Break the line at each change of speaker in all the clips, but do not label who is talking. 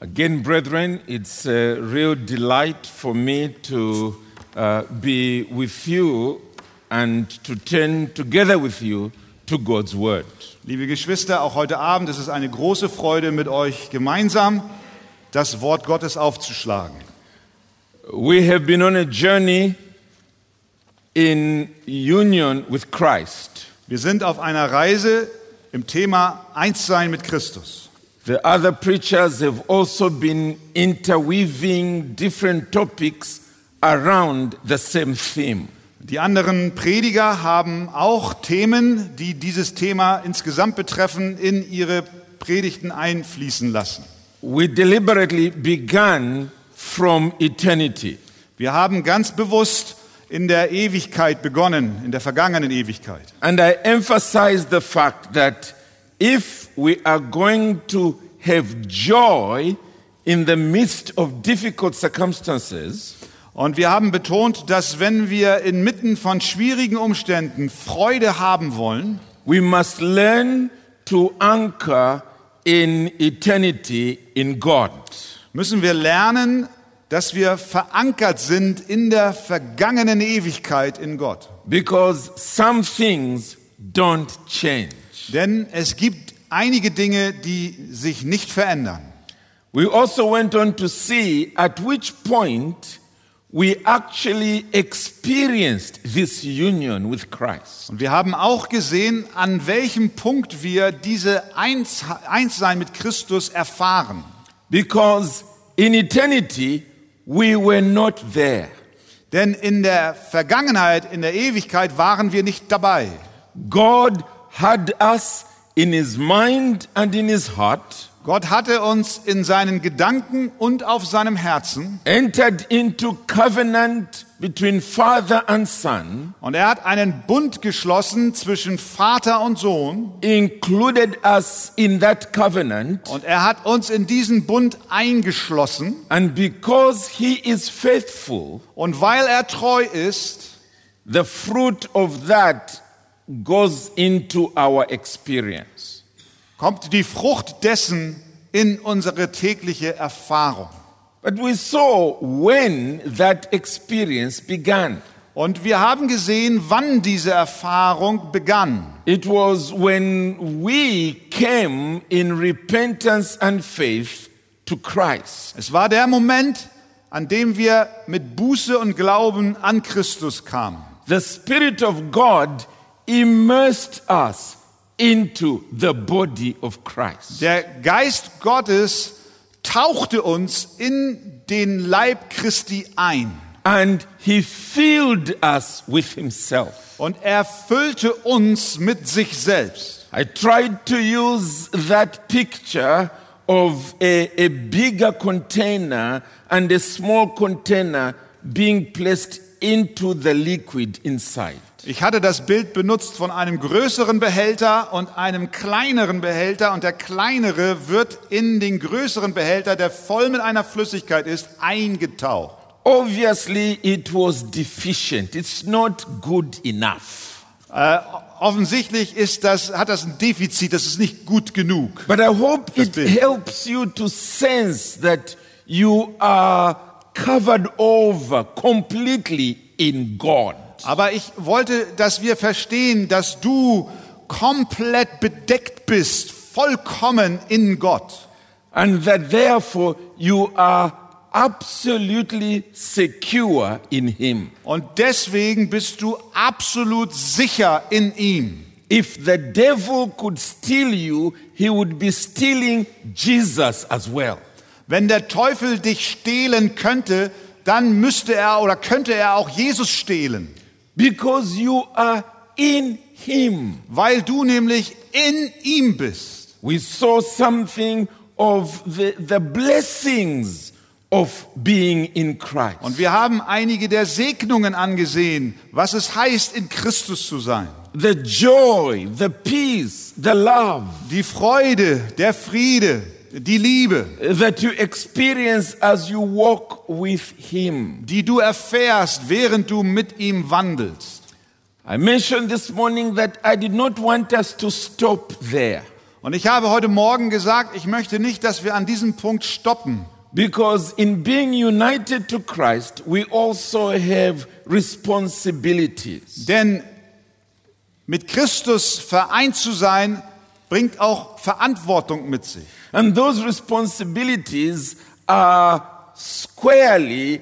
Again, brethren, it's a real delight for me to uh, be with you and to turn together with you to God's Word.
Liebe Geschwister, auch heute Abend ist es eine große Freude, mit euch gemeinsam das Wort Gottes aufzuschlagen.
We have been on a journey in union with Christ.
Wir sind auf einer Reise im Thema Einssein mit Christus.
The other preachers have also been interweaving different topics around the same theme.
Die anderen Prediger haben auch Themen, die dieses Thema insgesamt betreffen, in ihre Predigten einfließen lassen.
We deliberately began from eternity.
Wir haben ganz bewusst in der Ewigkeit begonnen, in der vergangenen Ewigkeit.
And I emphasize the fact that if we are going to have joy in the midst of difficult circumstances,
Und wir haben betont, dass wenn wir inmitten von schwierigen Umständen Freude haben wollen,
we must learn to anchor in eternity in God.
müssen wir lernen, dass wir verankert sind in der vergangenen Ewigkeit in Gott.
Because some things don't change.
Denn es gibt einige Dinge, die sich nicht verändern.
We also went on to see at which point we actually experienced this union with Christ.
Und wir haben auch gesehen, an welchem Punkt wir diese Eins Einssein mit Christus erfahren.
Because in eternity, we were not there.
Denn in der Vergangenheit, in der Ewigkeit waren wir nicht dabei.
God had us in his mind and in his heart,
Gott hatte uns in seinen Gedanken und auf seinem Herzen
entered into covenant between father and son,
und er hat einen Bund geschlossen zwischen Vater und Sohn
included us in that covenant,
und er hat uns in diesen Bund eingeschlossen
and because he is faithful,
und weil er treu ist,
the fruit of that goes into our experience.
kommt die Frucht dessen in unsere tägliche Erfahrung.
But we saw when that experience began.
Und wir haben gesehen, wann diese Erfahrung begann.
It was when we came in repentance and faith to Christ.
Es war der Moment, an dem wir mit Buße und Glauben an Christus kamen.
The Spirit of God immersed us into the body of Christ.
Der Geist Gottes tauchte uns in den Leib Christi ein
And He filled us with Himself.
und er füllte uns mit sich selbst.
I tried to use that picture of a, a bigger container and a small container being placed into the liquid inside.
Ich hatte das Bild benutzt von einem größeren Behälter und einem kleineren Behälter und der kleinere wird in den größeren Behälter, der voll mit einer Flüssigkeit ist, eingetaucht.
Obviously, it was deficient. It's not good enough.
Äh, offensichtlich ist das, hat das ein Defizit, das ist nicht gut genug.
But I hope it
Verstehe.
helps you to sense that you are covered over completely in God.
Aber ich wollte, dass wir verstehen, dass du komplett bedeckt bist, vollkommen in Gott.
And that therefore you are absolutely secure in Him.
Und deswegen bist du absolut sicher in ihm.
If the devil could steal you, he would be stealing Jesus as well.
Wenn der Teufel dich stehlen könnte, dann müsste er oder könnte er auch Jesus stehlen,
Because you are in Him.
weil du nämlich in ihm bist.
We saw something of the, the blessings of being in Christ.
Und wir haben einige der Segnungen angesehen, was es heißt, in Christus zu sein.
the joy, the peace, the love
Die Freude, der Friede, die Liebe,
that you experience as you walk with Him.
die du erfährst, während du mit ihm wandelst.
I mentioned this morning that I did not want us to stop there.
Und ich habe heute Morgen gesagt, ich möchte nicht, dass wir an diesem Punkt stoppen.
Because in being united to Christ, we also have responsibilities.
Denn mit Christus vereint zu sein, bringt auch Verantwortung mit sich.
And those responsibilities are squarely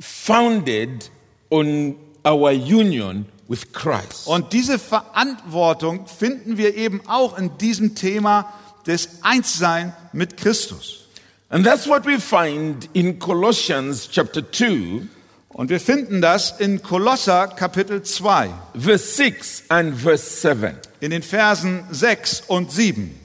founded on our union with Christ.
Und diese Verantwortung finden wir eben auch in diesem Thema des Einssein mit Christus.
And that's what we find in Colossians chapter 2,
Und wir finden das in Kolosser Kapitel 2,
verse 6 and verse 7.
in den Versen 6 und 7.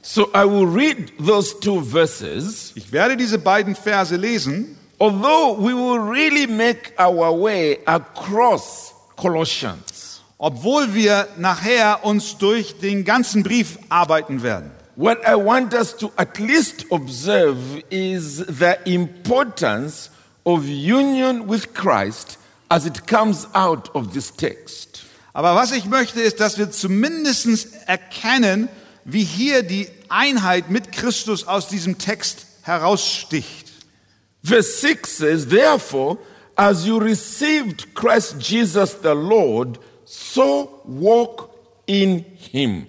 So I will read those two verses,
Ich werde diese beiden Verse lesen,
although we will really make our way across Colossians.
obwohl wir nachher uns durch den ganzen Brief arbeiten werden.
What I want us to at least observe is the importance of union with Christ as it comes out of this text.
Aber was ich möchte, ist, dass wir zumindestens erkennen, wie hier die Einheit mit Christus aus diesem Text heraussticht.
Verse 6 says, Therefore, as you received Christ Jesus the Lord, so walk in him.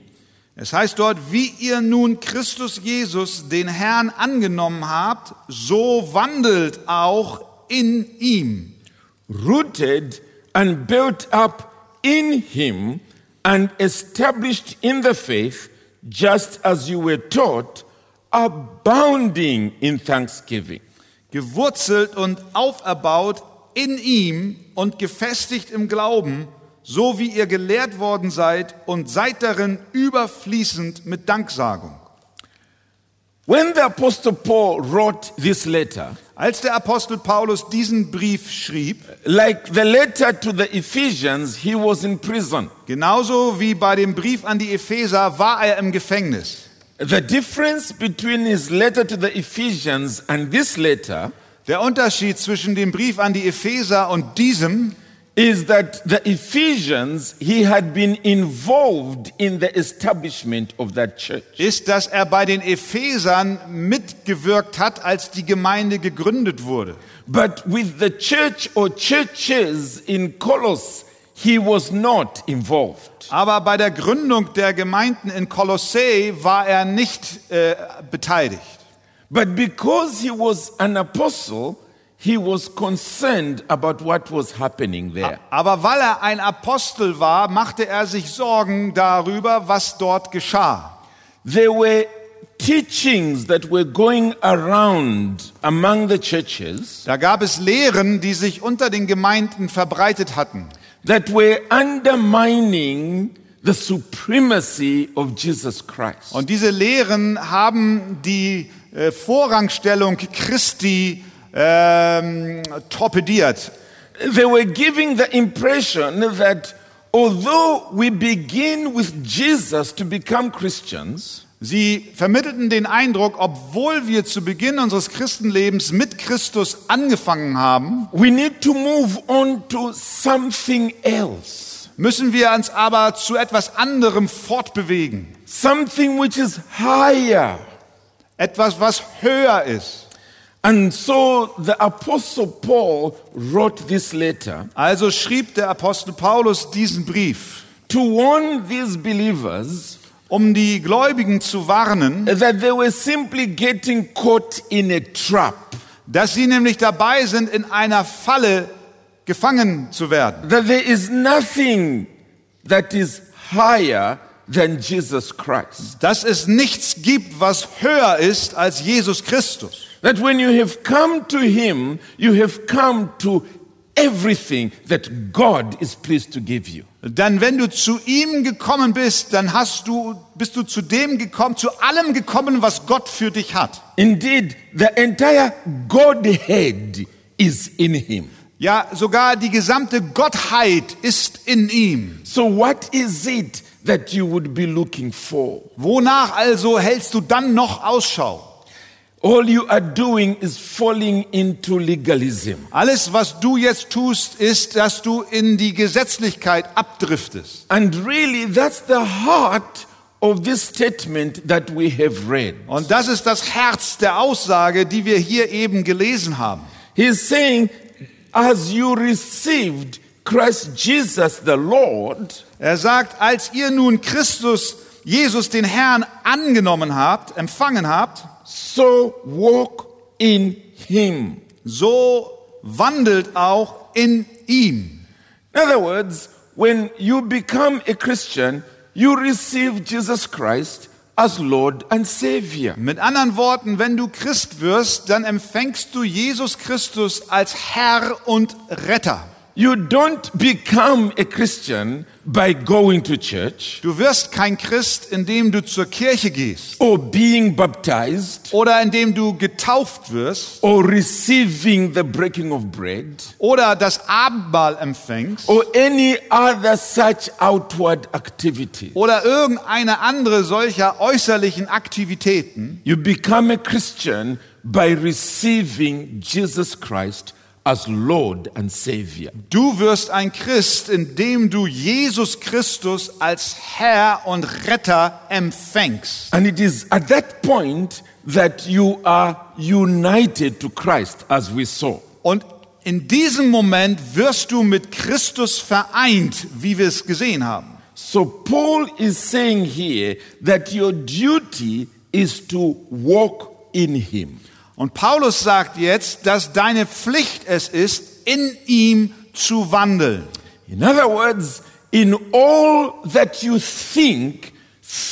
Es heißt dort, wie ihr nun Christus Jesus, den Herrn, angenommen habt, so wandelt auch in ihm,
rooted and built up in him and established in the faith, just as you were taught, abounding in thanksgiving.
gewurzelt und auferbaut in ihm und gefestigt im Glauben, so wie ihr gelehrt worden seid und seid darin überfließend mit Danksagung.
When the Apostle Paul wrote this letter,
Als der Apostel Paulus diesen Brief schrieb,
like the letter to the Ephesians, he was in prison.
genauso wie bei dem Brief an die Epheser, war er im Gefängnis.
The difference between his letter to the Ephesians and this letter
Der Unterschied zwischen dem Brief an die Epheser und diesem
is that the Ephesians, he had been involved in the establishment of that church.
ist, dass er bei den Ephesern mitgewirkt hat, als die Gemeinde gegründet wurde.
But with the church or churches in Colossus, he was not involved.
Aber bei der Gründung der Gemeinden in Kolossee war er nicht äh, beteiligt.
But because he was an apostle, he was concerned about what was happening there.
Aber weil er ein Apostel war, machte er sich Sorgen darüber, was dort geschah.
There were teachings that were going around among the churches
Da gab es Lehren, die sich unter den Gemeinden verbreitet hatten,
that were undermining the supremacy of Jesus Christ.
Und diese Lehren haben die äh, Vorrangstellung Christi ähm, torpediert.
they were giving the impression that although we begin with Jesus to become Christians,
Sie vermittelten den Eindruck, obwohl wir zu Beginn unseres Christenlebens mit Christus angefangen haben,
we need to move on to something else,
müssen wir uns aber zu etwas anderem fortbewegen.
something which is higher.
Etwas, was höher ist.
And so the Apostle Paul wrote this letter
Also schrieb der Apostel Paulus diesen Brief,
to warn these believers
um die Gläubigen zu warnen,
that they were simply getting caught in a trap,
dass sie nämlich dabei sind, in einer Falle gefangen zu werden.
that there is nothing that is higher than Jesus Christ.
Dass es nichts gibt, was höher ist als Jesus Christus.
That when you have come to Him, you have come to everything that God is pleased to give you.
Denn wenn du zu ihm gekommen bist, dann hast du, bist du zu dem gekommen, zu allem gekommen, was Gott für dich hat.
Indeed, the entire Godhead is in Him.
Ja, sogar die gesamte Gottheit ist in ihm.
So, what is it that you would be looking for?
Wonach also hältst du dann noch Ausschau?
All you are doing is falling into legalism.
Alles, was du jetzt tust, ist, dass du in die Gesetzlichkeit abdriftest.
And really, that's the heart of this statement that we have read.
Und das ist das Herz der Aussage, die wir hier eben gelesen haben.
He's saying, as you received Christ Jesus the Lord,
Er sagt, als ihr nun Christus, Jesus den Herrn angenommen habt, empfangen habt,
so walk in him.
so wandelt auch in ihm.
In other words, when you become a Christian, you receive Jesus Christ as Lord and Savior.
Mit anderen Worten, wenn du Christ wirst, dann empfängst du Jesus Christus als Herr und Retter.
You don't become a Christian by going to church
Du wirst kein Christ, indem du zur Kirche gehst
or being baptized
oder indem du getauft wirst
or receiving the breaking of bread
oder das Abendmahl empfängst
or any other such outward activity.
oder irgendeine andere solcher äußerlichen Aktivitäten.
You become a Christian by receiving Jesus Christ as Lord and Savior.
Du wirst ein Christ, indem du Jesus Christus als Herr und Retter empfängst.
And it is at that point that you are united to Christ, as we saw.
Und in diesem Moment wirst du mit Christus vereint, wie wir es gesehen haben.
So Paul is saying here that your duty is to walk in him.
Und Paulus sagt jetzt, dass deine Pflicht es ist, in ihm zu wandeln.
In other words, in all that you think,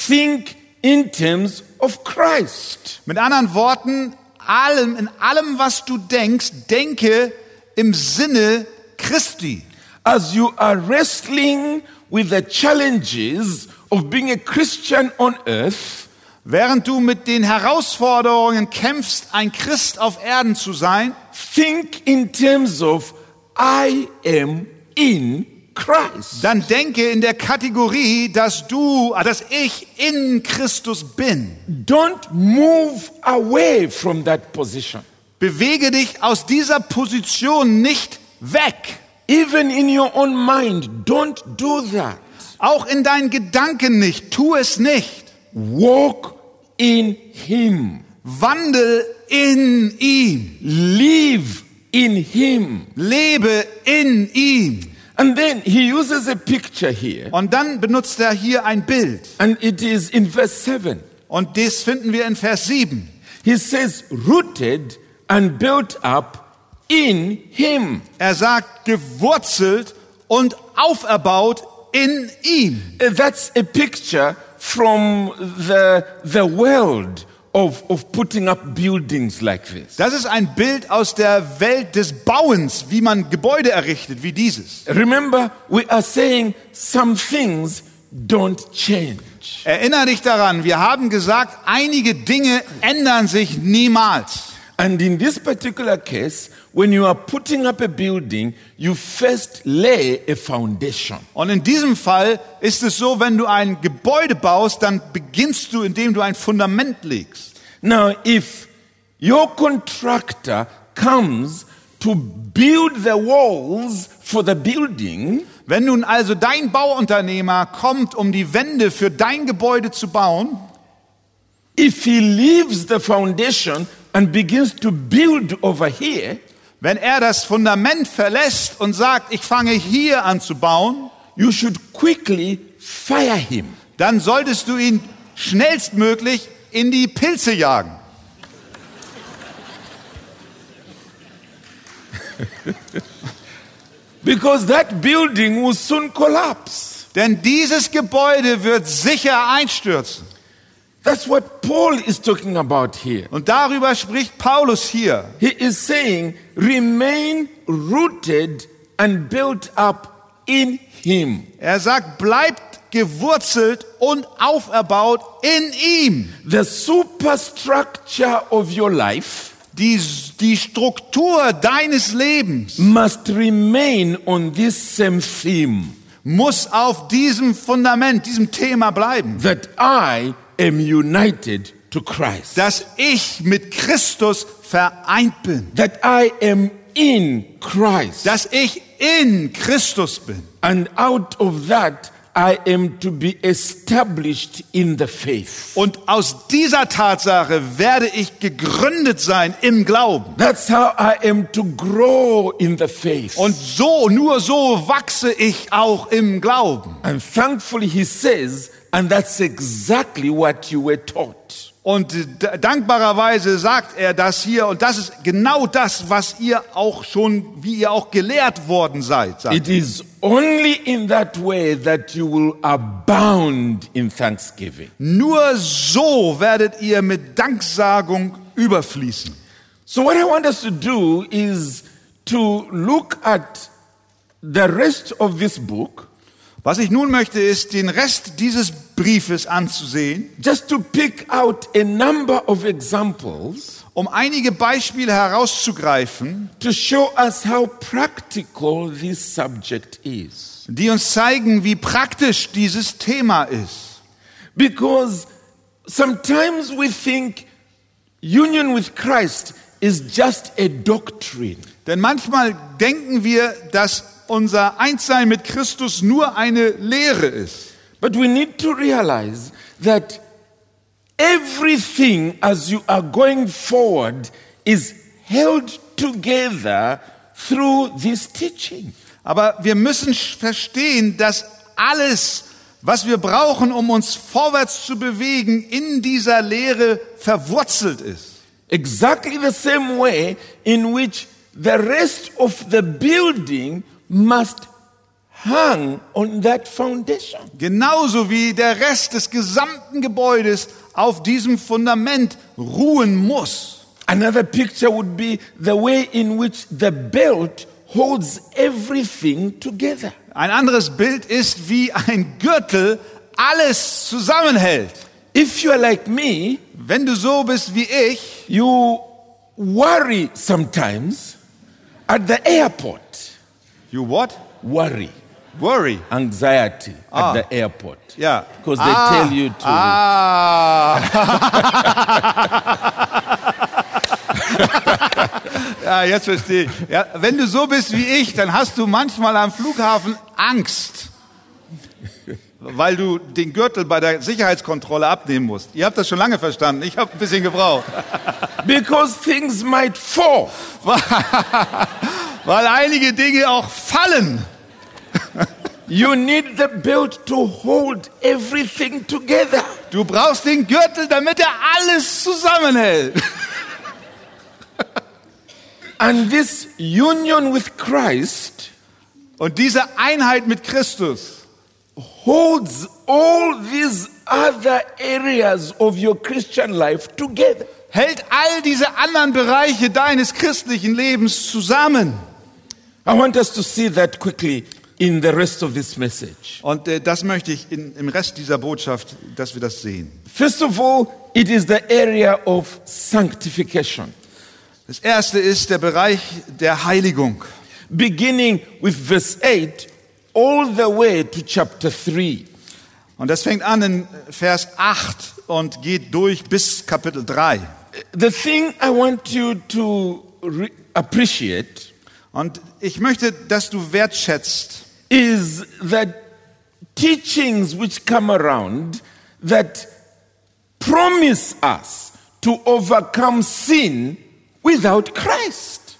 think in terms of Christ.
Mit anderen Worten, allem, in allem, was du denkst, denke im Sinne Christi.
As you are wrestling with the challenges of being a Christian on earth,
Während du mit den Herausforderungen kämpfst, ein Christ auf Erden zu sein,
think in terms of I am in Christ.
dann denke in der Kategorie, dass du, ah, dass ich in Christus bin.
Don't move away from that position.
Bewege dich aus dieser Position nicht weg.
Even in your own mind, don't do that.
Auch in deinen Gedanken nicht. Tu es nicht.
Walk in Him,
Wandel in ihm.
live in Him.
Lebe in ihm.
And then he uses a picture here,
Und dann benutzt er hier ein Bild.
and it is in verse 7.
Und das finden wir in Vers 7.
He says, rooted and built up in Him.
Er sagt, gewurzelt und auferbaut in ihm.
Uh, That's a picture from the, the world of, of putting up buildings like this.
Das ist ein Bild aus der Welt des Bauens, wie man Gebäude errichtet, wie dieses.
Remember, we are saying some things don't change.
Erinnere dich daran, wir haben gesagt, einige Dinge ändern sich niemals.
And in this particular case, when you are putting up a building, you first lay a foundation.
Und in diesem Fall ist es so, wenn du ein Gebäude baust, dann beginnst du, indem du ein Fundament legst.
Now, if your contractor comes to build the walls for the building,
Wenn nun also dein Bauunternehmer kommt, um die Wände für dein Gebäude zu bauen,
If he leaves the foundation and begins to build over here,
Wenn er das Fundament verlässt und sagt, ich fange hier an zu bauen,
you should quickly fire him.
dann solltest du ihn schnellstmöglich in die Pilze jagen.
Because that building will soon collapse.
Denn dieses Gebäude wird sicher einstürzen.
That's what Paul is talking about here.
Und darüber spricht Paulus hier.
He is saying, remain rooted and built up in him.
Er sagt, bleibt gewurzelt und auferbaut in ihm.
The superstructure of your life
Die, die Struktur deines Lebens
must remain on this same theme
muss auf diesem Fundament, diesem Thema bleiben.
that I am united to Christ.
Dass ich mit Christus vereint bin.
that I am in Christ.
dass ich in Christus bin.
and out of that, I am to be established in the faith.
Und aus dieser Tatsache werde ich gegründet sein im Glauben.
That's how I am to grow in the faith.
Und so, nur so wachse ich auch im Glauben.
And thankfully, he says, and that's exactly what you were taught.
Und d- dankbarerweise sagt er das hier und das ist genau das, was ihr auch schon, wie ihr auch gelehrt worden seid. Sagt.
It is only in that way that you will abound in thanksgiving.
Nur so werdet ihr mit Danksagung überfließen.
So, what I want us to do is to look at the rest of this book
Was ich nun möchte, ist den Rest dieses Briefes anzusehen,
just to pick out a number of examples
um einige Beispiele herauszugreifen,
to show us how practical this subject is.
die uns zeigen, wie praktisch dieses Thema ist.
Because sometimes we think union with Christ is just a doctrine.
Denn manchmal denken wir, dass unser Einssein mit Christus nur eine Lehre ist.
But we need to realize that everything as you are going forward is held together through this teaching.
Aber wir müssen sch- verstehen, dass alles, was wir brauchen, um uns vorwärts zu bewegen, in dieser Lehre verwurzelt ist.
Exactly the same way in which the rest of the building must hang on that foundation.
Genauso wie der Rest des gesamten Gebäudes auf diesem Fundament ruhen muss.
Another picture would be the way in which the belt holds everything together.
Ein anderes Bild ist, wie ein Gürtel alles zusammenhält.
If you are like me,
Wenn du so bist wie ich,
You worry sometimes at the airport.
you what?
Worry,
Worry.
anxiety
Ah.
at the airport.
Ja.
Because they tell you to.
Ah. ja, jetzt verstehe ich. Ja, wenn du so bist wie ich, dann hast du manchmal am Flughafen Angst, weil du den Gürtel bei der Sicherheitskontrolle abnehmen musst. Ihr habt das schon lange verstanden. Ich habe ein bisschen gebraucht.
Because things might fall.
Weil einige Dinge auch fallen.
You need the belt to hold everything together.
Du brauchst den Gürtel, damit er alles zusammenhält.
And this union with Christ
Und diese Einheit mit Christus
holds all these other areas of your Christian life together.
hält all diese anderen Bereiche deines christlichen Lebens zusammen.
I want us to see that quickly in the rest of this message.
Und äh, das möchte ich in, im Rest dieser Botschaft, dass wir das sehen.
First of all, it is the area of sanctification,
Das erste ist der Bereich der Heiligung.
beginning with verse 8 all the way to chapter 3.
Und das fängt an in Vers 8 und geht durch bis Kapitel 3.
The thing I want you to re- appreciate
Und ich möchte, dass du wertschätzt,
is the teachings which come around that promise us to overcome sin without Christ.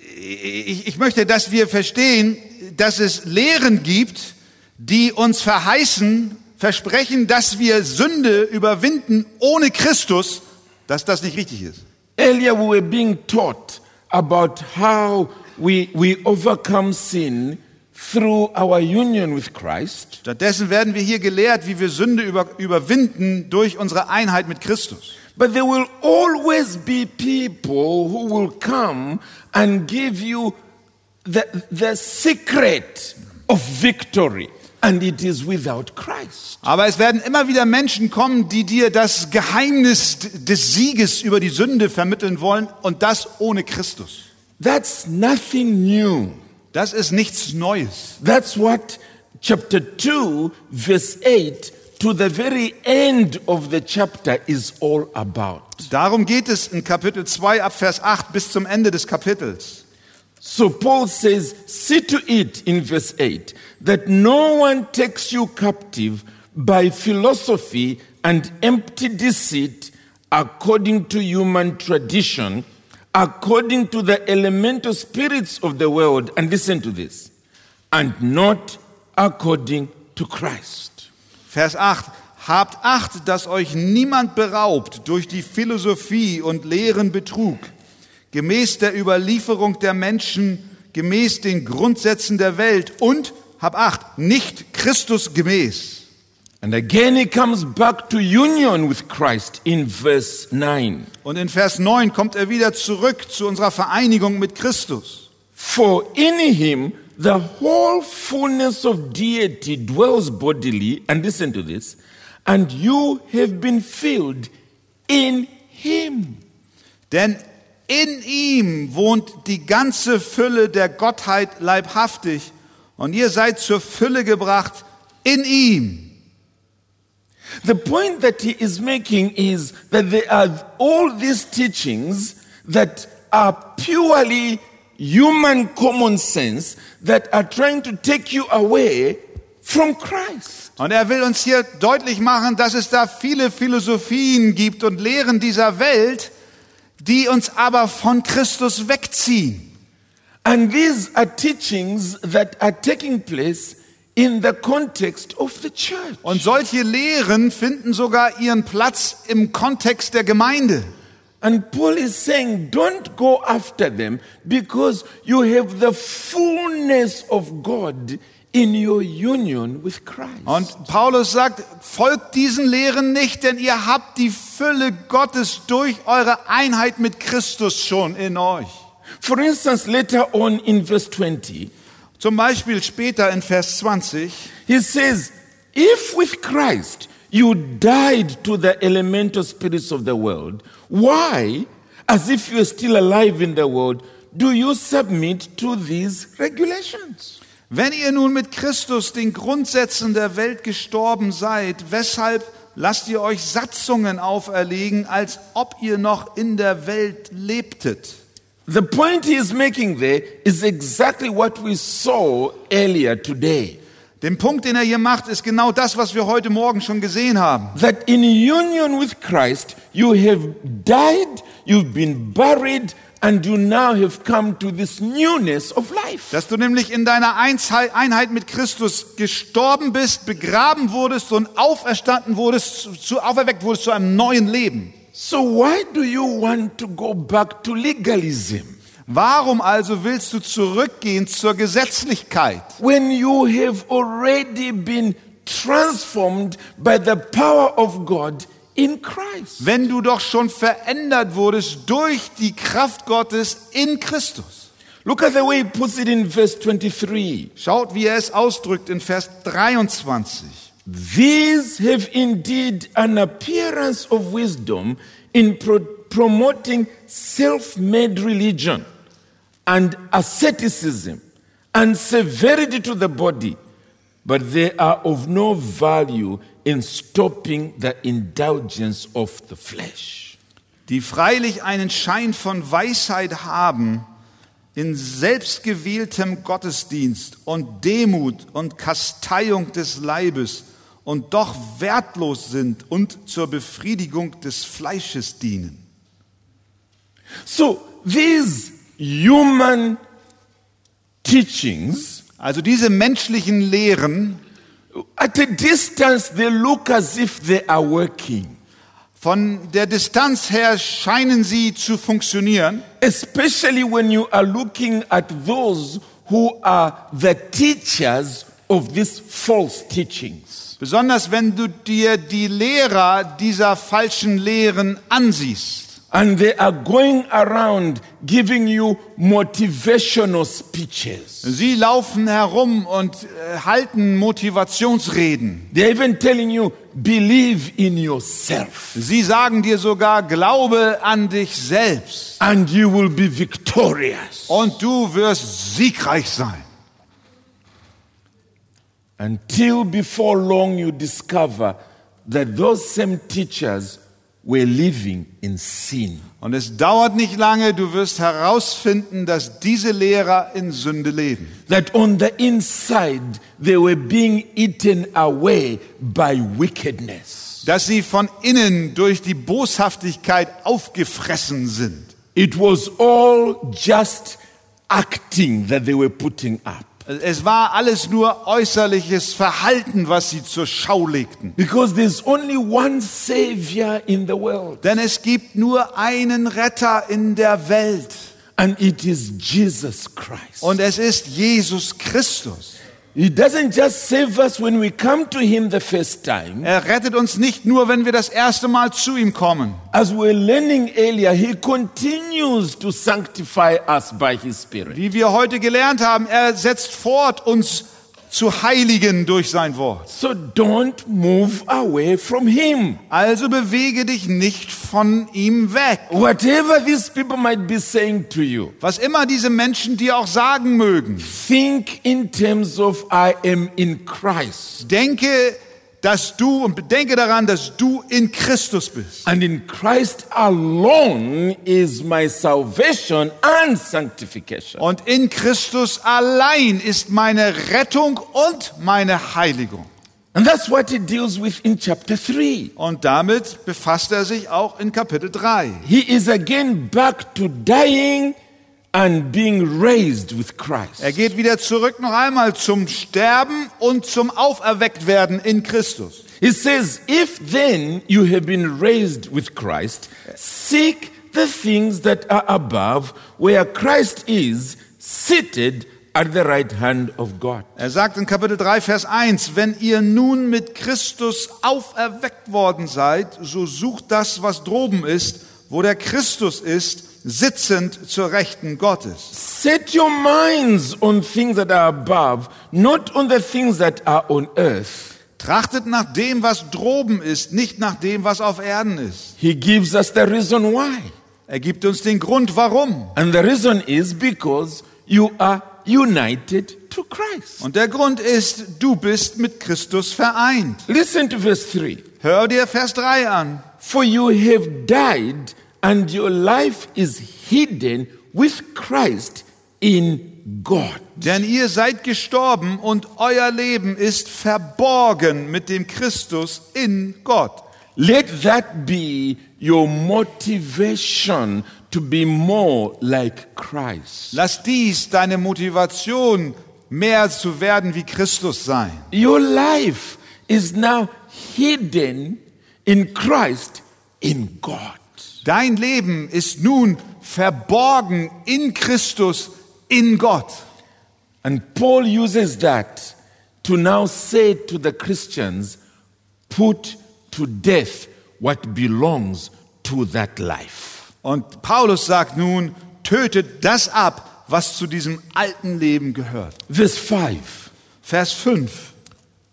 ich, ich möchte, dass wir verstehen, dass es Lehren gibt, die uns verheißen, versprechen, dass wir Sünde überwinden ohne Christus, dass das nicht richtig ist.
Earlier, we were being taught about how we, we overcome sin through our union with Christ.
Stattdessen werden wir hier gelehrt, wie wir Sünde über, überwinden durch unsere Einheit mit Christus.
But there will always be people who will come and give you the, the secret of victory, and it is without Christ.
Aber es werden immer wieder Menschen kommen, die dir das Geheimnis d- des Sieges über die Sünde vermitteln wollen und das ohne Christus.
That's nothing new.
Das ist nichts Neues.
That's what chapter 2, verse 8 to the very end of the chapter is all about.
Darum geht es in Kapitel 2 ab Vers 8 bis zum Ende des Kapitels.
So Paul says, see to it in verse 8 that no one takes you captive by philosophy and empty deceit according to human tradition, according to the elemental spirits of the world. And listen to this and not according to Christ.
Vers 8. Habt Acht, dass euch niemand beraubt durch die Philosophie und leeren Betrug, gemäß der Überlieferung der Menschen, gemäß den Grundsätzen der Welt und, hab Acht, nicht Christus gemäß.
And again, he comes back to union with Christ in verse 9.
Und in Vers 9 kommt er wieder zurück zu unserer Vereinigung mit Christus.
For in him the whole fullness of deity dwells bodily, and listen to this, and you have been filled in him.
Denn in ihm wohnt die ganze Fülle der Gottheit leibhaftig und ihr seid zur Fülle gebracht in ihm.
The point that he is making is that there are all these teachings that are purely human common sense that are trying to take you away from Christ.
Und er will uns hier deutlich machen, dass es da viele Philosophien gibt und Lehren dieser Welt, die uns aber von Christus wegziehen.
And these are teachings that are taking place in the context of the church.
Und solche Lehren finden sogar ihren Platz im Kontext der Gemeinde.
And Paul is saying, don't go after them because you have the fullness of God in your union with Christ.
Und Paulus sagt, folgt diesen Lehren nicht, denn ihr habt die Fülle Gottes durch eure Einheit mit Christus schon in euch.
For instance, later on in verse 20,
Zum Beispiel später in Vers 20,
he says, If with Christ you died to the elemental spirits of the world, why, as if you are still alive in the world, do you submit to these regulations?
wenn ihr nun mit Christus den Grundsätzen der Welt gestorben seid, weshalb lasst ihr euch Satzungen auferlegen, als ob ihr noch in der Welt lebtet?
The point he is making there is exactly what we saw earlier today.
Den Punkt, den er hier macht, ist genau das, was wir heute Morgen schon gesehen haben.
That in union with Christ, you have died, you've been buried, and you now have come to this newness of life.
Dass du nämlich in deiner Einzei- Einheit mit Christus gestorben bist, begraben wurdest und auferstanden wurdest, zu- zu, auferweckt wurdest zu einem neuen Leben.
So, why do you want to go back to legalism
Warum also willst du zurückgehen zur Gesetzlichkeit,
when you have already been transformed by the power of God in Christ?
wenn du doch schon verändert wurdest durch die Kraft Gottes in Christus?
Look at the way he puts it in verse 23.
Schaut, wie er es ausdrückt in Vers 23.
These have indeed an appearance of wisdom in pro- promoting self made religion and asceticism and severity to the body, but they are of no value in stopping the indulgence of the flesh.
die freilich einen Schein von Weisheit haben, in selbstgewähltem Gottesdienst und Demut und Kasteiung des Leibes und doch wertlos sind und zur Befriedigung des Fleisches dienen.
So these human teachings.
Also diese menschlichen Lehren,
At a distance, they look as if they are working.
von der Distanz her scheinen sie zu funktionieren,
especially when you are looking at those who are the teachers of these false teachings.
besonders wenn du dir die Lehrer dieser falschen Lehren ansiehst.
And they are going around giving you motivational speeches.
Sie laufen herum und äh, halten Motivationsreden.
They're even telling you, believe in yourself
Sie sagen dir sogar, glaube an dich selbst
and you will be victorious.
und du wirst siegreich sein.
Until before long, you discover that those same teachers were living in sin.
Und es dauert nicht lange, du wirst herausfinden, dass diese Lehrer in Sünde leben.
That on the inside, they were being eaten away by wickedness.
Dass sie von innen durch die Boshaftigkeit aufgefressen sind.
It was all just acting that they were putting up.
Es war alles nur äußerliches Verhalten, was sie zur Schau legten.
Because there's only one Savior in the world,
Denn es gibt nur einen Retter in der Welt.
and it is Jesus Christ.
Und es ist Jesus Christus.
He doesn't just save us when we come to Him the first time.
Er rettet uns nicht nur, wenn wir das erste Mal zu ihm kommen.
As we were learning earlier, He continues to sanctify us by His Spirit.
Wie wir heute gelernt haben, er setzt fort, uns zu heiligen durch sein Wort.
So don't move away from Him.
Also bewege dich nicht von ihm weg.
Whatever these people might be saying to you,
Was immer diese Menschen dir auch sagen mögen,
think in terms of I am in Christ.
denke, dass du und bedenke daran, dass du in Christus bist.
And in Christ alone is my salvation and sanctification.
Und in Christus allein ist meine Rettung und meine Heiligung.
And that's what he deals with in chapter 3.
Und damit befasst er sich auch in Kapitel 3.
He is again back to dying and being raised with
Er
Christ.
geht wieder zurück noch einmal zum Sterben und zum Auferwecktwerden in Christus.
He says, If then you have been raised with Christ, seek the things that are above, where Christ is seated at the right hand of God.
Er sagt in Kapitel 3, Vers 1, wenn ihr nun mit Christus auferweckt worden seid, so sucht das, was droben ist, wo der Christus ist, sitzend zur Rechten Gottes.
Set your minds on things that are above, not on the things that are on earth.
Trachtet nach dem, was droben ist, nicht nach dem, was auf Erden ist.
He gives us the reason why.
Er gibt uns den Grund, warum.
And the reason is because you are united to Christ.
Und der Grund ist, du bist mit Christus vereint.
Listen to verse 3.
Hör dir Vers 3 an.
For you have died, and your life is hidden with Christ in God.
Denn ihr seid gestorben und euer Leben ist verborgen mit dem Christus in Gott.
Let that be your motivation to be more like Christ.
Lass dies deine Motivation, mehr zu werden wie Christus sein.
Your life is now hidden in Christ in God.
Dein Leben ist nun verborgen in Christus in Gott.
And Paul uses that to now say to the Christians, put to death what belongs to that life.
Und Paulus sagt nun, tötet das ab, was zu diesem alten Leben gehört.
Verse 5
Vers 5.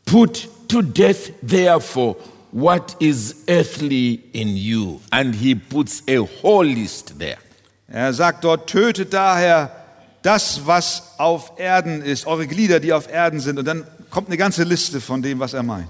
Put to death, therefore, what is earthly in you. And he puts a whole list there.
Er sagt dort, tötet daher das, was auf Erden ist, eure Glieder, die auf Erden sind. Und dann kommt eine ganze Liste von dem, was er meint.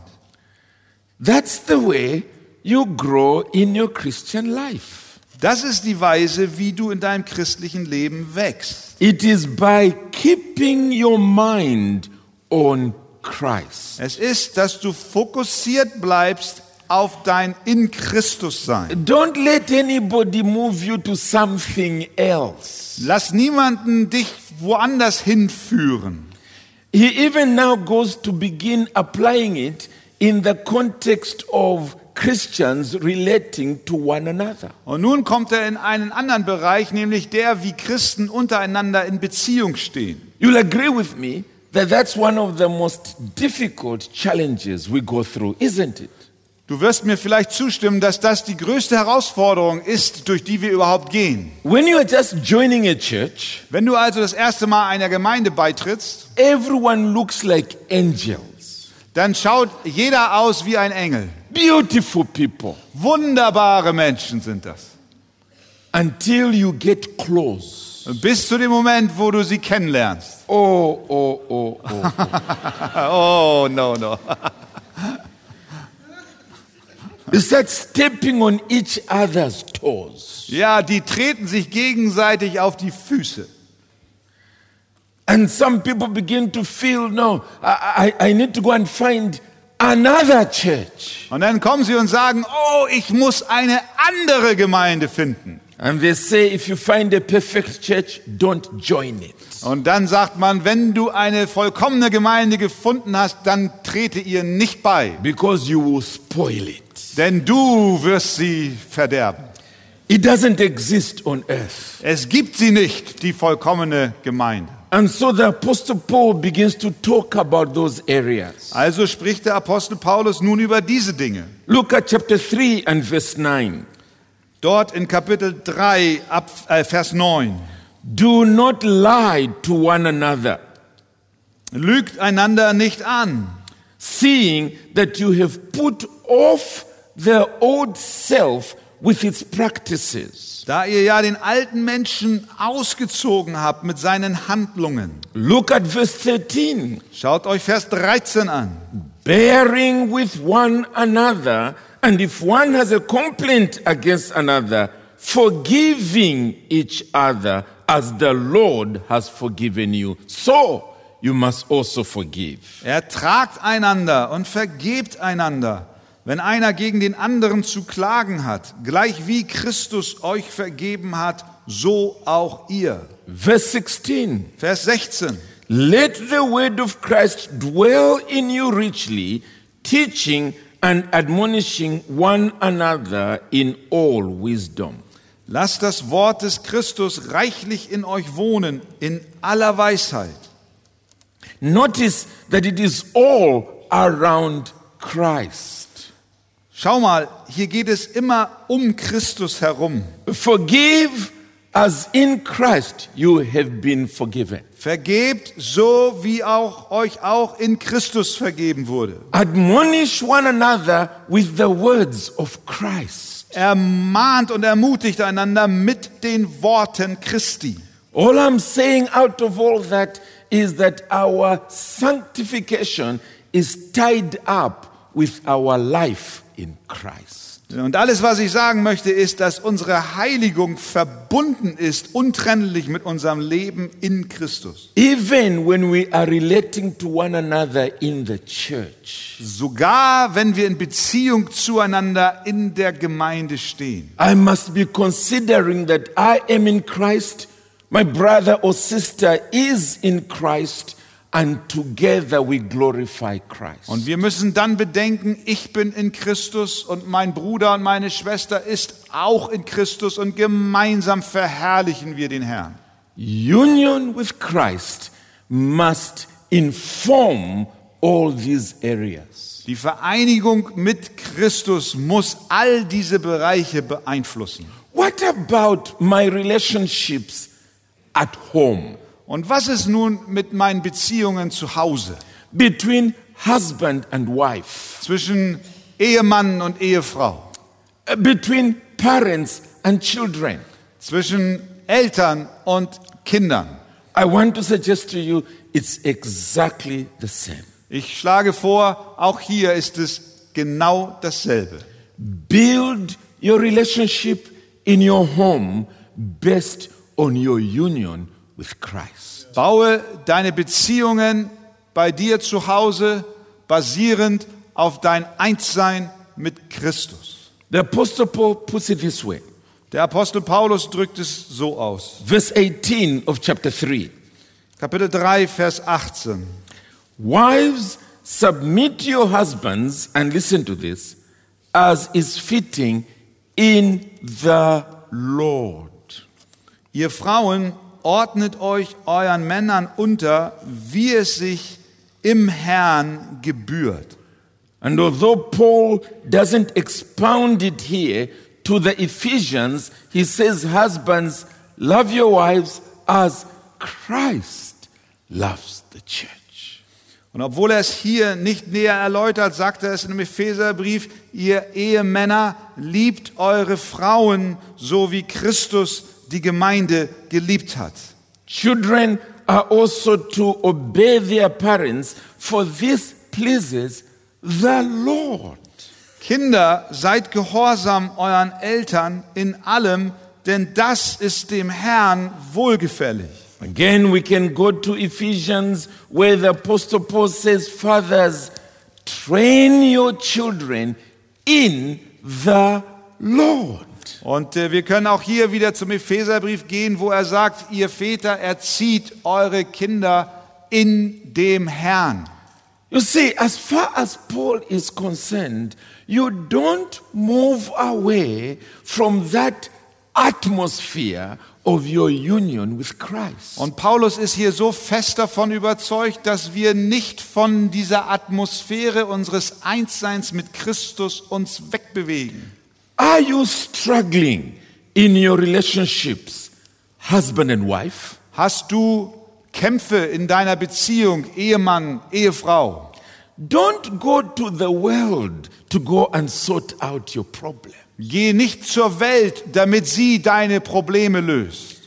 That's the way you grow in your Christian life.
Das ist die Weise, wie du in deinem christlichen Leben wächst.
It is by keeping your mind on Christ.
Es ist, dass du fokussiert bleibst auf dein in Christus sein.
Don't let anybody move you to something else.
Lass niemanden dich woanders hinführen.
He even now goes to begin applying it in the context of Christians relating to one another.
Und nun kommt er in einen anderen Bereich, nämlich der, wie Christen untereinander in Beziehung stehen.
You'll agree with me that that's one of the most difficult challenges we go through, isn't it?
Du wirst mir vielleicht zustimmen, dass das die größte Herausforderung ist, durch die wir überhaupt gehen.
When you are just joining a church,
Wenn du also das erste Mal einer Gemeinde beitrittst,
everyone looks like angels.
dann schaut jeder aus wie ein Engel.
Beautiful people.
Wunderbare Menschen sind das.
until you get close.
Bis zu dem Moment, wo du sie kennenlernst.
Oh, oh, oh, oh.
Oh, no, no.
They start stepping on each other's toes.
Ja, die treten sich gegenseitig auf die Füße.
And some people begin to feel, no, I, I, I need to go and find another church.
Und dann kommen sie und sagen, oh, ich muss eine andere Gemeinde finden.
And they say, if you find a perfect church, don't join it.
Und dann sagt man, wenn du eine vollkommene Gemeinde gefunden hast, dann trete ihr nicht bei,
Because you will spoil it.
denn du wirst sie verderben.
It doesn't exist on earth.
Es gibt sie nicht, die vollkommene Gemeinde.
And so the Apostle Paul begins to talk about those areas.
Also spricht der Apostel Paulus nun über diese Dinge.
Look at chapter 3 and verse 9.
Dort in Kapitel 3, ab, äh, Vers 9.
Do not lie to one another,
Lügt einander nicht an,
seeing that you have put off the old self with its practices.
da ihr ja den alten Menschen ausgezogen habt mit seinen Handlungen.
Look at verse 13.
Schaut euch Vers 13 an.
Bearing with one another, and if one has a complaint against another, forgiving each other as the Lord has forgiven you. So you must also forgive.
Ertragt einander und vergebt einander, wenn einer gegen den anderen zu klagen hat, gleich wie Christus euch vergeben hat, so auch ihr.
Verse 16.
Vers 16.
Let the word of Christ dwell in you richly, teaching and admonishing one another in all wisdom.
Lasst das Wort des Christus reichlich in euch wohnen, in aller Weisheit.
Notice that it is all around Christ.
Schau mal, hier geht es immer um Christus herum.
Forgive as in Christ you have been forgiven.
Vergebt so, wie auch euch auch in Christus vergeben wurde.
Admonish one another with the words of Christ.
Ermahnt und ermutigt einander mit den Worten Christi.
All I'm saying out of all that is that our sanctification is tied up with our life in Christ.
Und alles, was ich sagen möchte, ist, dass unsere Heiligung verbunden ist, untrennlich mit unserem Leben in Christus.
Even when we are relating to one another in the church,
Sogar wenn wir in Beziehung zueinander in der Gemeinde stehen.
I must be considering that I am in Christ, my brother or sister is in Christ, and together we glorify Christ.
Und wir müssen dann bedenken, ich bin in Christus und mein Bruder und meine Schwester ist auch in Christus und gemeinsam verherrlichen wir den Herrn.
Union with Christ must inform all these areas.
Die Vereinigung mit Christus muss all diese Bereiche beeinflussen.
What about my relationships at home
Und was ist nun mit meinen Beziehungen zu Hause
between husband and wife,
zwischen Ehemann und Ehefrau,
uh, between parents and children?
zwischen Eltern und Kindern?
I want to suggest to you it's exactly the same.
Ich schlage vor, auch hier ist es genau dasselbe.
Build your relationship in your home based on your union with Christ.
Baue deine Beziehungen bei dir zu Hause basierend auf dein Einssein mit Christus.
The Apostle Paul puts it this way.
Der Apostel Paulus drückt es so aus.
Verse 18 of chapter 3.
Kapitel 3, Vers 18.
Wives, submit to your husbands, and listen to this, as is fitting in the Lord.
Ihr Frauen, ordnet euch euren Männern unter, wie es sich im Herrn gebührt.
And although Paul doesn't expound it here to the Ephesians, he says, Husbands, love your wives as Christ loves the church.
Und obwohl er es hier nicht näher erläutert, sagt er es im Epheserbrief, ihr Ehemänner liebt eure Frauen, so wie Christus die Gemeinde geliebt hat.
Children are also to obey their parents, for this pleases the Lord.
Kinder, seid gehorsam euren Eltern in allem, denn das ist dem Herrn wohlgefällig.
Again, we can go to Ephesians where the Apostle Paul says, Fathers, train your children in the Lord.
Und äh, wir können auch hier wieder zum Epheserbrief gehen, wo er sagt, ihr Väter erzieht eure Kinder in dem Herrn.
You see, as far as Paul is concerned, you don't move away from that atmosphere of your union with Christ.
Und Paulus ist hier so fest davon überzeugt, dass wir nicht von dieser Atmosphäre unseres Einsseins mit Christus uns wegbewegen.
Are you struggling in your relationships, husband and wife?
Hast du Kämpfe in deiner Beziehung, Ehemann, Ehefrau?
Don't go to the world to go and sort out your problem.
Geh nicht zur Welt, damit sie deine Probleme löst.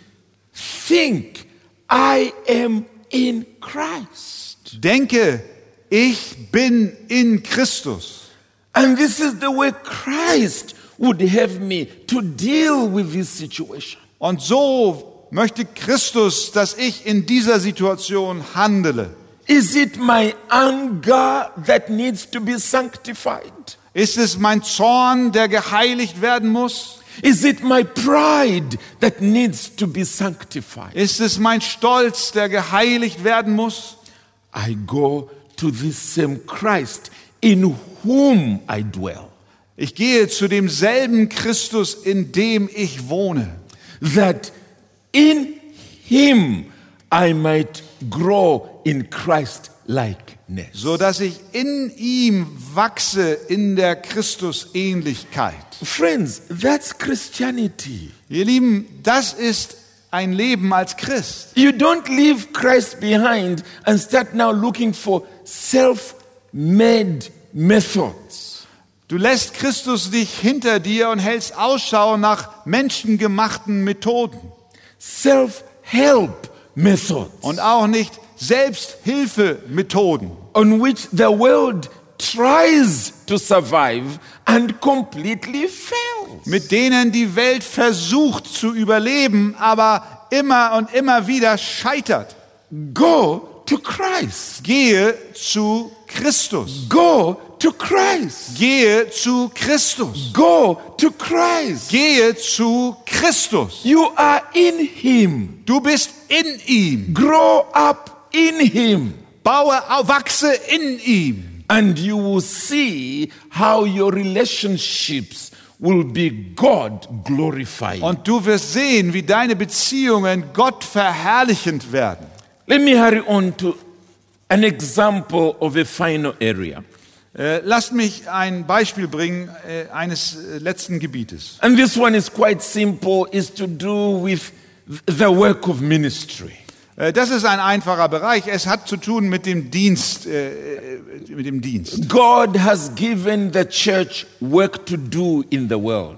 Think, I am in Christ.
Denke, ich bin in Christus.
And this is the way Christ would have me to deal with this situation.
Und so möchte Christus, dass ich in dieser Situation handele.
Is it my anger that needs to be sanctified?
Ist es mein Zorn, der geheiligt werden muss?
Is it my pride that needs to be sanctified?
Ist es mein Stolz, der geheiligt werden muss?
I go to this same Christ in whom I dwell,
Ich gehe zu demselben Christus, in dem ich wohne,
that in him I might grow in Christ likeness.
so dass ich in ihm wachse in der Christusähnlichkeit.
Friends, that's Christianity.
Ihr Lieben, das ist ein Leben als Christ.
You don't leave Christ behind and start now looking for self made methods.
Du lässt Christus dich hinter dir und hältst Ausschau nach menschengemachten Methoden
self help methods
und auch nicht Selbsthilfemethoden.
on which the world tries to survive and completely fails.
mit denen die Welt versucht zu überleben, aber immer und immer wieder scheitert.
Go to Christ.
Gehe zu Christus.
Go to Christ.
Gehe zu Christus.
Go to Christ.
Gehe zu Christus.
You are in Him.
Du bist in ihm.
Grow up in Him.
Baue, auf, wachse in ihm.
And you will see how your relationships will be God glorified.
Und du wirst sehen, wie deine Beziehungen Gott verherrlichend werden.
Let me hurry on to an example of a final area.
Äh, lasst mich ein Beispiel bringen äh, eines äh, letzten Gebietes.
And this one is quite simple, is to do with the work of ministry.
Äh, Das ist ein einfacher Bereich. Es hat zu tun mit dem Dienst, äh, äh, mit dem Dienst.
God has given the church work to do in the world.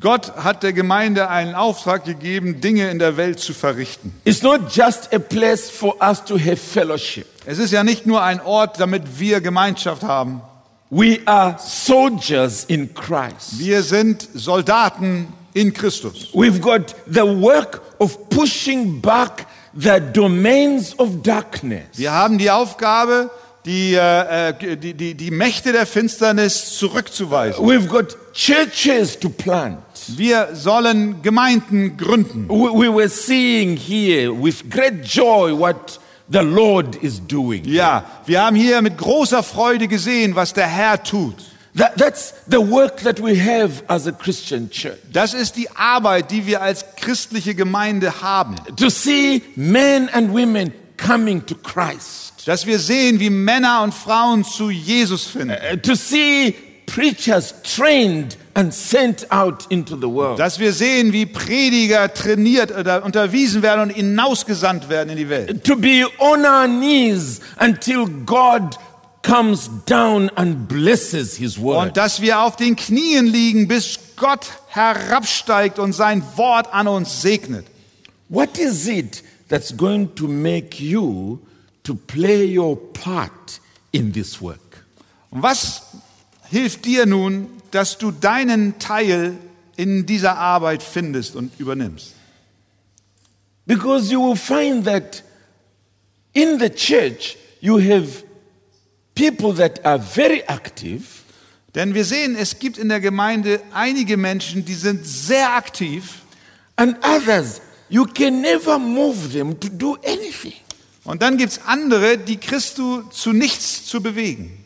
Gott hat der Gemeinde einen Auftrag gegeben, Dinge in der Welt zu verrichten.
It's not just a place for us to have fellowship.
Es ist ja nicht nur ein Ort, damit wir Gemeinschaft haben.
We are soldiers in Christ.
Wir sind Soldaten in Christus.
We've got the work of pushing back the domains of darkness.
Wir haben die Aufgabe, die, äh, äh, die, die, die Mächte der Finsternis zurückzuweisen.
We've got churches to plant.
Wir sollen Gemeinden gründen.
We, we were seeing here with great joy what the Lord is doing.
Ja, wir haben hier mit großer Freude gesehen, was der Herr tut.
That, that's the work that we have as a Christian church.
Das ist die Arbeit, die wir als christliche Gemeinde haben.
To see men and women coming to Christ.
Dass wir sehen, wie Männer und Frauen zu Jesus finden.
Uh, to see preachers trained and sent out into the world.
Dass wir sehen, wie Prediger trainiert oder unterwiesen werden und hinausgesandt werden in die Welt.
to be on our knees until God comes down and blesses His
Und
word.
dass wir auf den Knien liegen, bis Gott herabsteigt und sein Wort an uns segnet.
What is it that's going to make you to play your part in this work?
Und was hilf dir nun, dass du deinen Teil in dieser Arbeit findest und übernimmst.
Because you will find that in the church, you have people that are very active,
Denn wir sehen, es gibt in der Gemeinde einige Menschen, die sind sehr aktiv
and others, you can never move them to do anything.
und dann gibt's andere, die kriegst du zu nichts zu bewegen.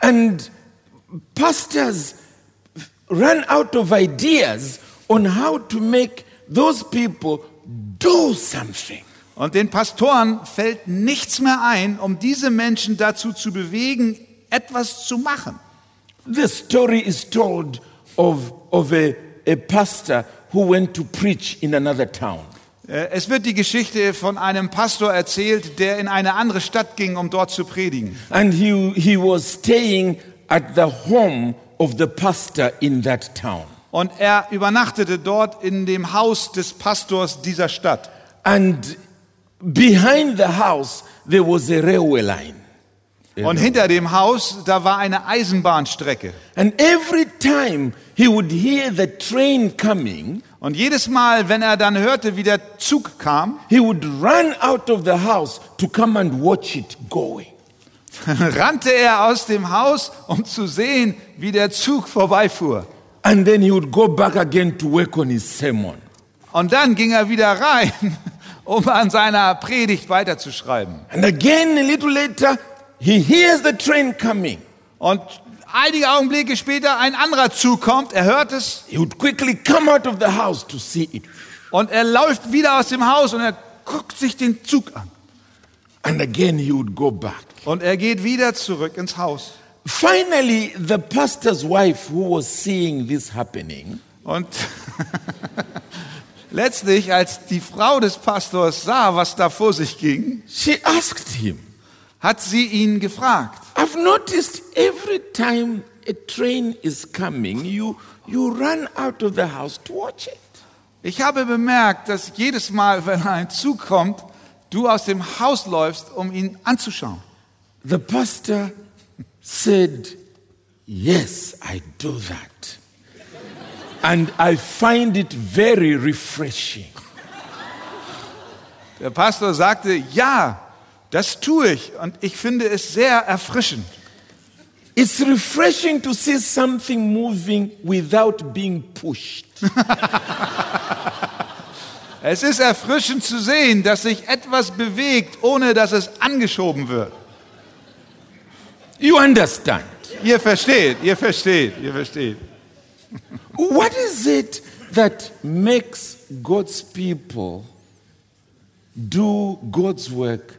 And pastors run out of ideas on how to make those people do something.
Und den Pastoren fällt nichts mehr ein, um diese Menschen dazu zu bewegen, etwas zu machen.
The story is told of, of a, a pastor who went to preach in another town.
Äh, Es wird die Geschichte von einem Pastor erzählt, der in eine andere Stadt ging, um dort zu predigen.
And he, he was staying at the home of the pastor in that town.
Und er übernachtete dort in dem Haus des Pastors dieser Stadt.
And behind the house, there was a railway line.
Und hinter dem Haus, da war eine Eisenbahnstrecke.
And every time he would hear the train coming,
Und jedes Mal, wenn er dann hörte, wie der Zug kam,
he would run out of the house to come and watch it going.
rannte er aus dem Haus, um zu sehen, wie der Zug vorbeifuhr.
And then he would go back again to work on his sermon.
Und dann ging er wieder rein, um an seiner Predigt weiterzuschreiben.
And again, a little later, he hears the train coming.
Und einige Augenblicke später ein anderer Zug kommt, er hört es
He would quickly come out of the house to see it.
und er läuft wieder aus dem Haus und er guckt sich den Zug an.
And again, he would go back.
Und er geht wieder zurück ins Haus.
Finally, the pastor's wife, who was seeing this happening,
Und letztlich, als die Frau des Pastors sah, was da vor sich ging,
she asked him,
hat sie ihn gefragt.
I've noticed every time a train is coming, you, you run out of the house to watch it.
Ich habe bemerkt, dass jedes Mal, wenn ein Zug kommt, du aus dem Haus läufst, um ihn anzuschauen.
The pastor said, Yes, I do that. And I find it very refreshing.
Der Pastor sagte, ja, das tue ich und ich finde es sehr erfrischend.
It's refreshing to see something moving without being pushed.
Es ist erfrischend zu sehen, dass sich etwas bewegt, ohne dass es angeschoben wird.
You understand?
Ihr versteht, ihr versteht, ihr versteht.
What is it that makes God's people do God's work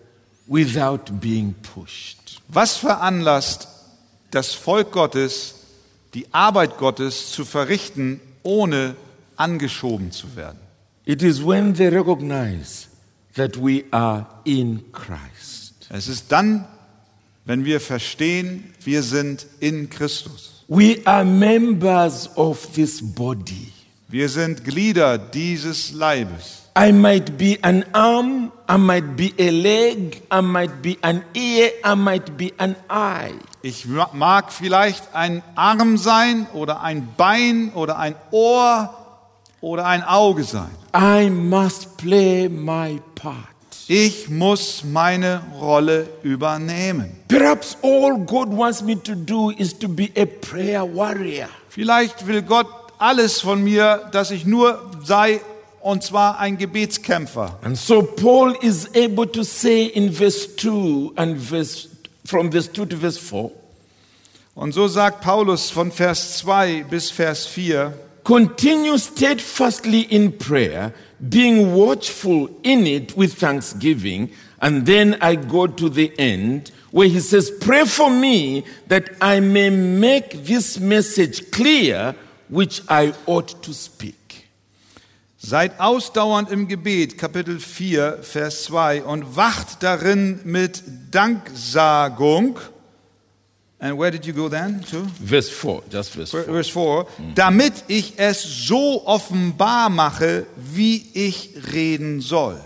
without being pushed?
Was veranlasst das Volk Gottes, die Arbeit Gottes zu verrichten, ohne angeschoben zu werden?
It is when they recognize that we are in Christ.
Es ist dann, wenn wir verstehen, wir sind in Christus.
We are members of this body.
Wir sind Glieder dieses Leibes.
I might be an arm, I might be a leg, I might be an ear, I might be an eye.
Ich ma- mag vielleicht ein Arm sein oder ein Bein oder ein Ohr oder ein Auge sein.
I must play my part.
Ich muss meine Rolle übernehmen.
Perhaps all God wants me to do is to be a prayer warrior.
Vielleicht will Gott alles von mir, dass ich nur sei, und zwar ein Gebetskämpfer.
And so Paul is able to say in verse 2 and verse from verse 2 to verse 4,
Und so sagt Paulus von Vers 2 bis Vers 4,
continue steadfastly in prayer, being watchful in it with thanksgiving. And then I go to the end where he says, Pray for me that I may make this message clear which I ought to speak.
Seid ausdauernd im Gebet, Kapitel 4, Vers 2, und wacht darin mit Danksagung. And where did you go then? To?
Verse 4, just verse 4.
Vers 4. Damit ich es so offenbar mache, wie ich reden soll.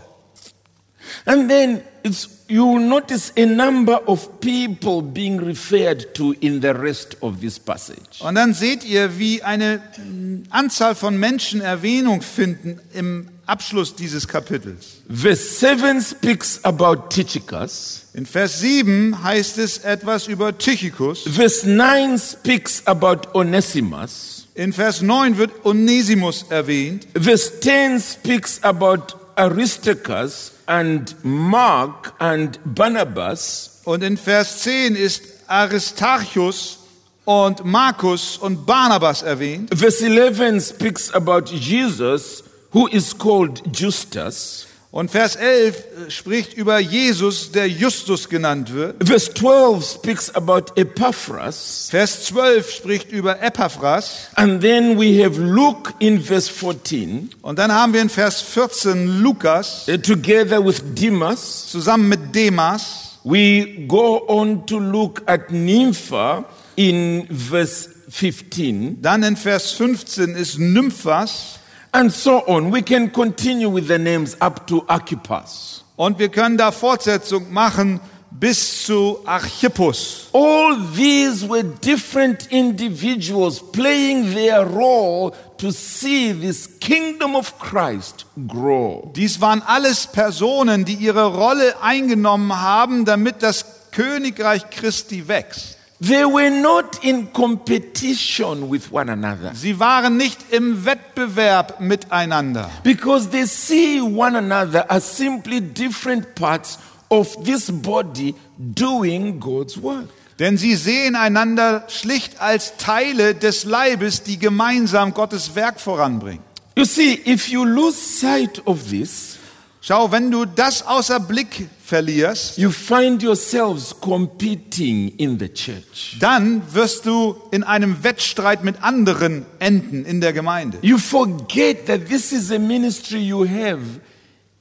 And then it's, you will notice a number of people being referred to in the rest of this passage.
Und dann seht ihr, wie eine mh, Anzahl von Menschen Erwähnung finden im Abschluss dieses Kapitels.
Verse 7 speaks about Tychicus,
In Vers 7 heißt es etwas über Tychicus.
verse 9 speaks about Onesimus,
In Vers 9 wird Onesimus erwähnt.
verse 10 speaks about Aristarchus and Mark and Barnabas,
Und in Vers 10 ist Aristarchus und Markus und Barnabas erwähnt.
verse 11 speaks about Jesus, who is called Justus.
Und Vers 11 spricht über Jesus, der Justus genannt wird.
Verse 12 speaks about Epaphras.
Vers 12 spricht über Epaphras.
And then we have Luke in verse 14,
Und dann haben wir in Vers 14 Lukas
uh, together with Demas.
zusammen mit Demas.
We go on to look at Nympha in verse 15,
Dann in Vers 15 ist Nymphas.
and so on. We can continue with the names up to Archippus.
Und wir können da Fortsetzung machen bis zu Archippus.
All these were different individuals playing their role to see this kingdom of Christ grow.
Dies waren alles Personen, die ihre Rolle eingenommen haben, damit das Königreich Christi wächst.
They were not in competition with one another
Sie waren nicht im Wettbewerb miteinander,
because they see one another as simply different parts of this body doing God's work.
denn sie sehen einander schlicht als Teile des Leibes, die gemeinsam Gottes Werk voranbringen.
You see, if you lose sight of this,
Schau, wenn du das außer Blick verlierst,
you find yourselves competing in the church.
dann wirst du in einem Wettstreit mit anderen enden in der Gemeinde.
You forget that this is a ministry you have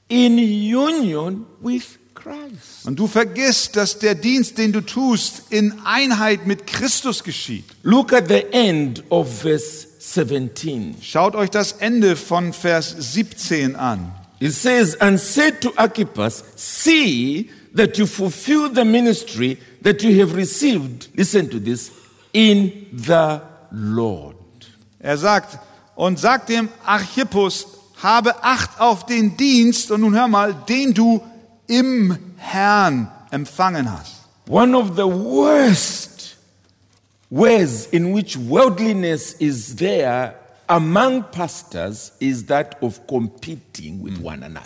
in union with Christ.
Und du vergisst, dass der Dienst, den du tust, in Einheit mit Christus geschieht.
Look at the end of verse 17.
Schaut euch das Ende von Vers 17 an.
It says, and said to Archippus, See that you fulfill the ministry that you have received, listen to this, in the Lord.
Er sagt, und sagt dem Archippus, habe Acht auf den Dienst, und nun hör mal, den du im Herrn empfangen hast.
One of the worst ways in which worldliness is there among pastors is that of competing with one another.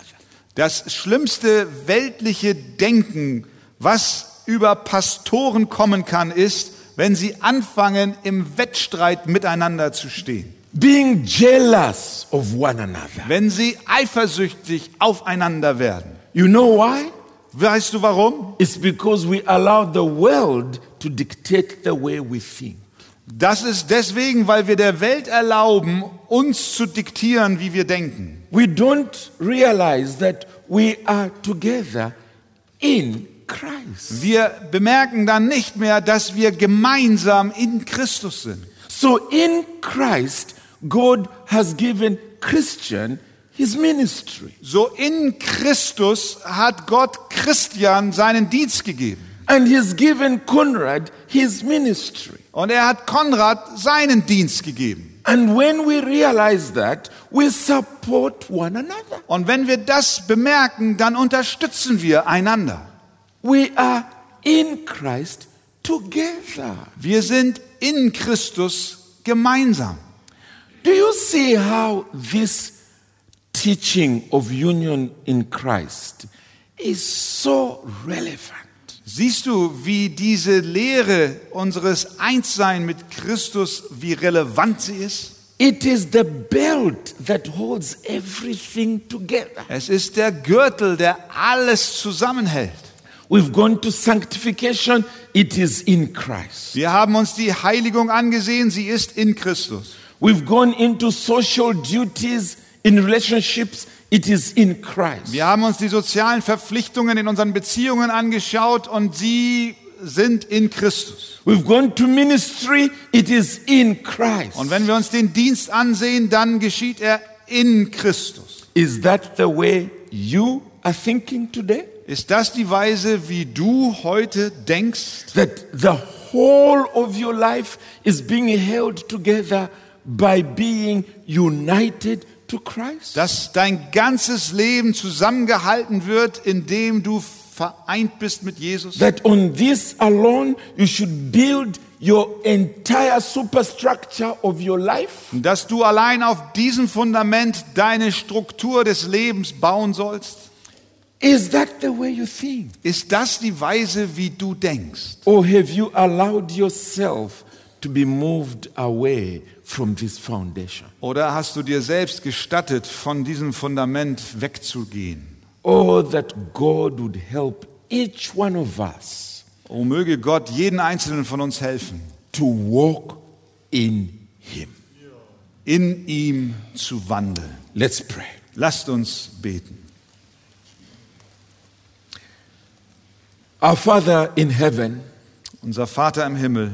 Das schlimmste weltliche Denken, was über Pastoren kommen kann, ist, wenn sie anfangen, im Wettstreit miteinander zu stehen.
Being jealous of one another.
Wenn sie eifersüchtig aufeinander werden.
You know why?
Weißt du warum?
It's because we allow the world to dictate the way we think.
Das ist deswegen, weil wir der Welt erlauben, uns zu diktieren, wie wir denken.
We don't realize that we are together in Christ.
Wir bemerken dann nicht mehr, dass wir gemeinsam in Christus sind.
So in Christ, God has given Christian his ministry.
So in Christus hat Gott Christian seinen Dienst gegeben.
And he's given Conrad his ministry.
Und er hat Konrad seinen Dienst gegeben.
And when we realize that, we support one another.
Und wenn wir das bemerken, dann unterstützen wir einander.
We are in Christ together.
Wir sind in Christus gemeinsam.
Do you see how this teaching of union in Christ is so relevant?
Siehst du, wie diese Lehre unseres Einssein mit Christus, wie relevant sie ist?
It is the belt that holds everything together.
Es ist der Gürtel, der alles zusammenhält.
We've gone to sanctification, it is in Christ.
Wir haben uns die Heiligung angesehen, sie ist in Christus.
We've gone into social duties in relationships, it is in Christ.
Wir haben uns die sozialen Verpflichtungen in unseren Beziehungen angeschaut und sie sind in Christus.
We've gone to ministry, it is in Christ.
Und wenn wir uns den Dienst ansehen, dann geschieht er in Christus.
Is that the way you are thinking today?
Ist das die Weise, wie du heute denkst?
That the whole of your life is being held together by being united to Christ?
Dass dein ganzes Leben zusammengehalten wird, indem du vereint bist mit Jesus?
That on this alone you should build your entire superstructure of your life?
Dass du allein auf diesem Fundament deine Struktur des Lebens bauen sollst?
Is that the way you think?
Ist das die Weise, wie du denkst?
Or have you allowed yourself to be moved away from this foundation?
Oder hast du dir selbst gestattet, von diesem Fundament wegzugehen?
Oh, that God would help each one of us
O möge Gott jeden Einzelnen von uns helfen,
to walk in Him.
in ihm zu wandeln.
Let's pray.
Lasst uns beten.
Our Father in heaven,
Unser Vater im Himmel,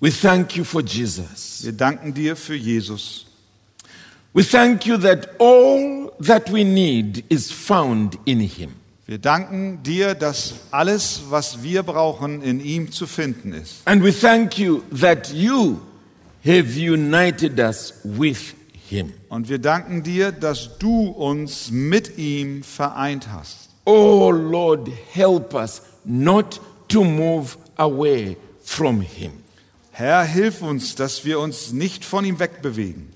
we thank you for Jesus.
wir danken dir für Jesus.
We thank you that all that we need is found in Him.
Wir danken dir, dass alles, was wir brauchen, in ihm zu finden ist.
And we thank you that you have united us with Him.
Und wir danken dir, dass du uns mit ihm vereint hast.
Oh Lord, help us not to move away from Him.
Herr, hilf uns, dass wir uns nicht von ihm wegbewegen.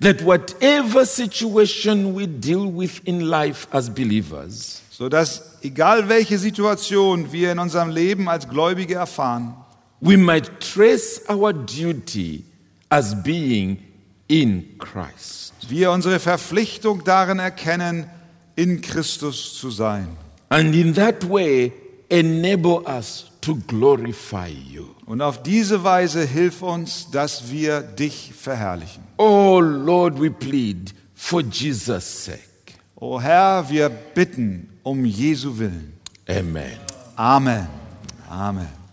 That whatever situation we deal with in life as believers,
sodass egal welche Situation wir in unserem Leben als Gläubige erfahren,
we might trace our duty as being in Christ.
wir unsere Verpflichtung darin erkennen, in Christus zu sein
And in that way, enable us to glorify you.
und auf diese Weise hilf uns, dass wir dich verherrlichen.
Oh Lord, we plead for Jesus' sake.
O Herr, wir bitten um Jesu willen.
Amen.
Amen. Amen.